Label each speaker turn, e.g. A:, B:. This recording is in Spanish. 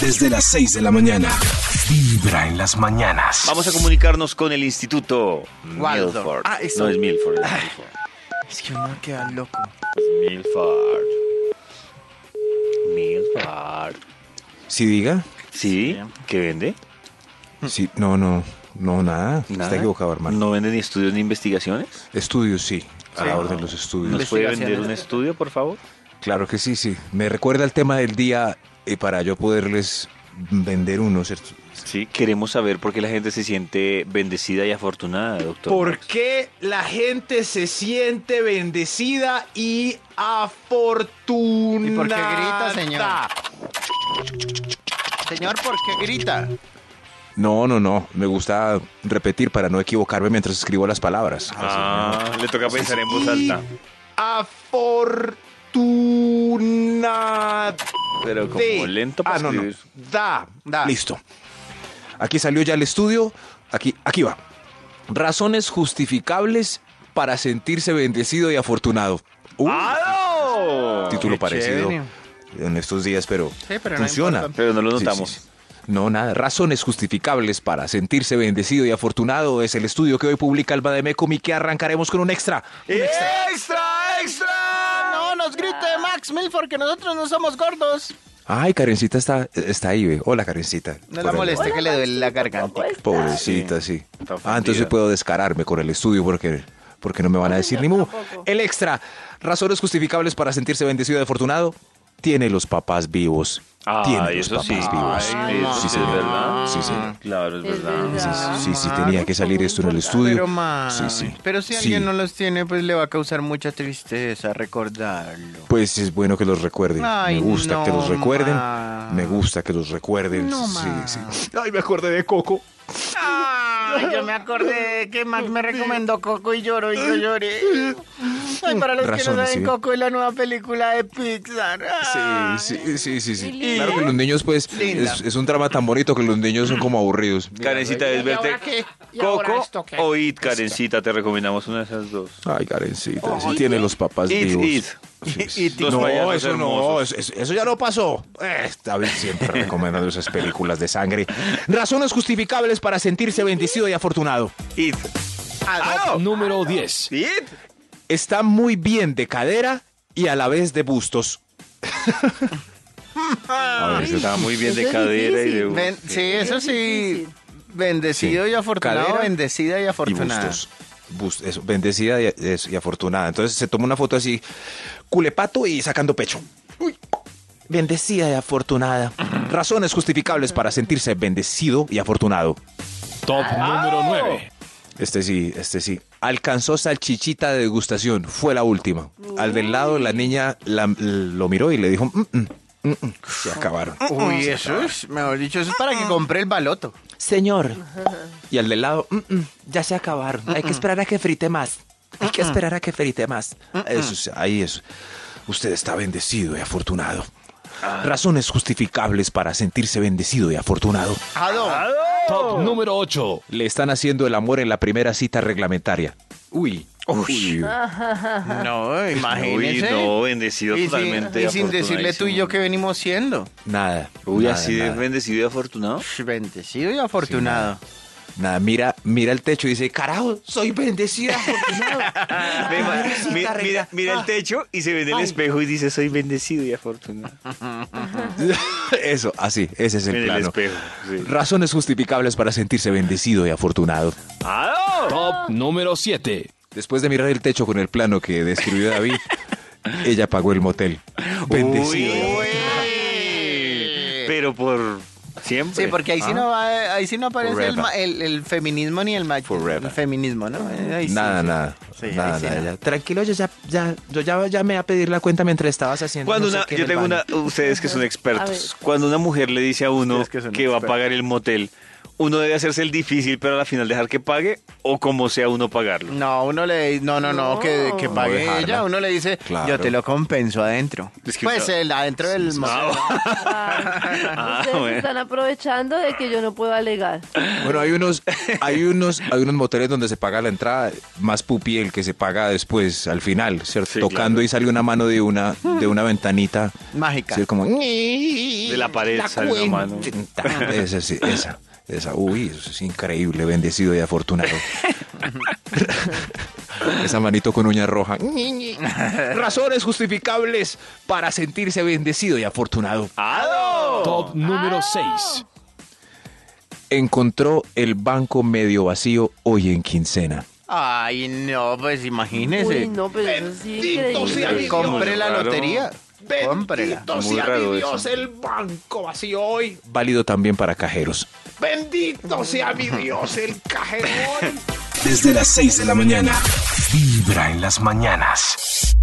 A: desde las 6 de la mañana. Vibra en las mañanas.
B: Vamos a comunicarnos con el Instituto
C: Waldorf.
B: Milford.
C: Ah, eso.
B: No es Milford, es
C: Ah.
B: Milford.
C: Es que uno queda loco.
B: Es Milford. Milford.
D: Si diga.
B: ¿Sí? ¿Qué vende?
D: Sí, no, no, no, nada.
B: Mm. Nada.
D: Está equivocado, hermano.
B: ¿No vende ni estudios ni investigaciones?
D: Estudios, sí. A
C: Sí.
D: la orden los estudios.
B: ¿Nos puede vender
C: Investigaciones.
B: un estudio, por favor?
D: Claro que sí, sí. Me recuerda el tema del día eh, para yo poderles vender uno, ¿cierto?
B: Sí, queremos saber por qué la gente se siente bendecida y afortunada, doctor.
C: ¿Por
B: Marx.
C: qué la gente se siente bendecida y afortunada?
E: ¿Y por qué grita, señor? Señor, ¿por qué grita?
D: No, no, no. Me gusta repetir para no equivocarme mientras escribo las palabras.
B: Ah, le toca pensar en voz alta.
C: Y afortunada.
B: Pero como lento para
D: Ah, no, no.
B: escribir.
E: Da.
D: Listo. Aquí salió ya el estudio. Aquí, aquí va. Razones justificables para sentirse bendecido y afortunado. Uh,
B: ¡Ah, no!
D: título
E: qué
D: parecido
E: chévere.
D: en estos días, pero,
E: Sí, pero no
D: funciona.
E: importa.
B: Pero no lo
D: Sí,
B: notamos.
D: sí, sí. No, nada. Razones justificables para sentirse bendecido y afortunado es el estudio que hoy publica Alba de Mecum y que arrancaremos con un extra.
E: Eh.
B: ¡Extra, extra!
E: No nos grite Max Milford que nosotros no somos gordos.
D: Ay, Karencita está, está ahí, ve. Hola, Karencita.
E: No
D: Por
E: la
D: ahí.
E: moleste que le duele la garganta.
D: Pobrecita, sí.
B: Está
D: Ah, entonces
B: ofendida.
D: puedo descararme con el estudio porque, porque no me van a decir ni mu. El extra, razones justificables para sentirse bendecido y afortunado, tiene los papás vivos.
B: Ah,
D: tiene los
B: eso
D: papás
B: sí.
D: vivos.
B: Ay,
E: eso
D: sí,
B: es
D: señor.
B: verdad.
D: Sí, señor.
B: Claro, es verdad.
D: Sí,
F: Ah,
D: sí, sí, tenía que salir esto en el estudio.
E: Pero más.
D: Sí, sí.
E: Pero si
D: Sí.
E: alguien no los tiene, pues le va a causar mucha tristeza recordarlo.
D: Pues es bueno que los recuerden.
E: Ay,
D: me gusta que los
E: no,
D: recuerden.
E: ma.
D: Me gusta que los recuerden.
E: No,
D: sí,
E: ma.
D: sí. Ay, me acordé de Coco.
E: Ay, yo me acordé de que Max me recomendó Coco y lloro y yo lloré. Ay, para los que no
D: Razones,
E: saben,
D: sí.
E: Coco es la nueva película de Pixar. Ah.
D: Sí, sí, sí, sí, sí.
F: Linda.
D: Claro que los niños, pues,
E: Linda.
D: es, es un drama tan bonito que los niños son como aburridos.
B: Karencita, es verte. Coco o It, Karencita, te recomendamos una de esas dos.
D: Ay, Karencita, sí tiene los papás
B: It,
D: vivos.
B: It.
D: Sí, sí.
B: It, los
D: no,
B: payasos
D: eso no,
B: hermosos.
D: eso, eso- eso ya no pasó. Eh, Está bien, siempre recomendando esas películas de sangre. Razones justificables para sentirse bendecido y afortunado.
B: It. ¡Ah, no!
A: Número 10.
B: It.
D: Está muy bien de cadera y a la vez de bustos.
B: A ver, Pues está muy bien de
F: Eso es
B: cadera y
F: difícil.
B: de
E: Ven- sí, eso sí. Bendecido
D: Sí.
E: y afortunado,
D: Cadera
E: bendecida y afortunada.
D: Y bustos. Bus- eso, bendecida y, es- y afortunada. Entonces se toma una foto así, culepato y sacando pecho. Uy. Bendecida y afortunada. Razones justificables para sentirse bendecido y afortunado.
A: Top número 9.
D: Este sí, este sí. Alcanzó salchichita de degustación. Fue la última. Al del lado, la niña la- lo miró y le dijo: "Mm, mm, mm, mm". Se acabaron.
E: Uy, eso es, mejor dicho, eso es para que compre el baloto.
D: Señor. Y al del lado, "Mm, mm, ya se acabaron. Hay
B: Mm,
D: que esperar a que frite más. Hay que esperar a que frite más.
B: Mm,
D: Eso, es- ahí es. Usted está bendecido y afortunado.
B: Ah.
D: Razones justificables para sentirse bendecido y afortunado.
E: Ado.
B: Oh.
A: Top número 8.
D: Le están haciendo el amor en la primera cita reglamentaria. Uy. Uy.
B: Ah.
E: No,
B: Uy,
E: imagínese.
B: no, bendecido
E: y sin-
B: totalmente.
E: y sin decirle tú y yo que venimos siendo.
D: Nada.
B: Uy,
D: nada,
B: así de
D: nada.
B: bendecido y afortunado.
E: Sh, Bendecido y afortunado.
D: Nada, mira, mira el techo y dice, carajo, soy bendecido, afortunado. Ah,
B: Ve, ma- mi-
D: Mira,
B: mira, mira
D: Ah.
B: el techo y se ve en el espejo y dice, soy bendecido y afortunado.
D: Eso, así, ese es el
B: en el
D: plano.
B: espejo. sí.
D: Razones justificables para sentirse bendecido y afortunado.
C: Ah.
A: Top número 7.
D: Después de mirar el techo con el plano que describió David, ella pagó el motel. Bendecido. y afortunado.
B: Uy. Pero por siempre.
D: Pues,
E: Sí, porque ahí
D: ah.
E: sí no va, ahí sí no aparece el, ma- el- el feminismo ni el machismo.
D: Forever.
E: El feminismo, ¿no? Eh, ahí sí,
D: Nada,
E: sí.
D: nada.
E: Sí, ahí
D: nada,
E: sí,
D: nada,
E: nada.
D: ya. Tranquilo, yo ya, ya, yo ya llamé a pedir la cuenta mientras estabas haciendo.
B: Cuando
D: no sé
B: una,
D: qué en
B: yo
D: el
B: tengo
D: baño.
B: una, ustedes que son
F: A
B: expertos,
F: ver.
B: cuando una mujer le dice a uno
E: Ustedes que son
B: que va a
E: expertos.
B: pagar el motel, uno debe hacerse el difícil, pero al final dejar que pague o como sea uno pagarlo.
E: No, uno le dice, no, no, no, que, que
D: No
E: pague
D: dejarla.
E: ella. Uno le dice,
D: Claro.
E: yo te lo compenso adentro.
B: Es que
E: pues
B: usa-
E: el, adentro del museo.
B: Ah,
F: Claro. Ustedes
B: bueno.
F: están aprovechando de que yo no puedo alegar.
D: Bueno, hay unos, hay unos, hay unos moteles donde se paga la entrada, más pupi el que se paga después, al final, ¿cierto?
B: Sí,
D: Tocando
B: claro.
D: y sale una mano de una, de una ventanita.
E: Mágica.
D: ¿sí? Como.
B: De la pared sale una mano.
D: Esa, sí, esa. Esa, uy, eso es increíble, bendecido y afortunado. Esa manito con uña roja. Razones justificables para sentirse bendecido y afortunado.
B: Ah. ¡Ado!
G: Top número 6.
D: Encontró el banco medio vacío hoy en quincena.
E: Ay, no, pues imagínese.
F: Uy, no, pero eso sí
C: Bendito sea
F: increíble.
C: mi Dios.
E: Compre la
B: Claro.
E: lotería. Cómprela.
C: Bendito
B: Muy
C: sea
B: raro
C: mi
B: eso.
C: Dios el banco vacío hoy.
D: Válido también para cajeros.
C: Bendito sea mi Dios el cajero hoy.
A: Desde las 6 de la mañana. Vibra en las mañanas.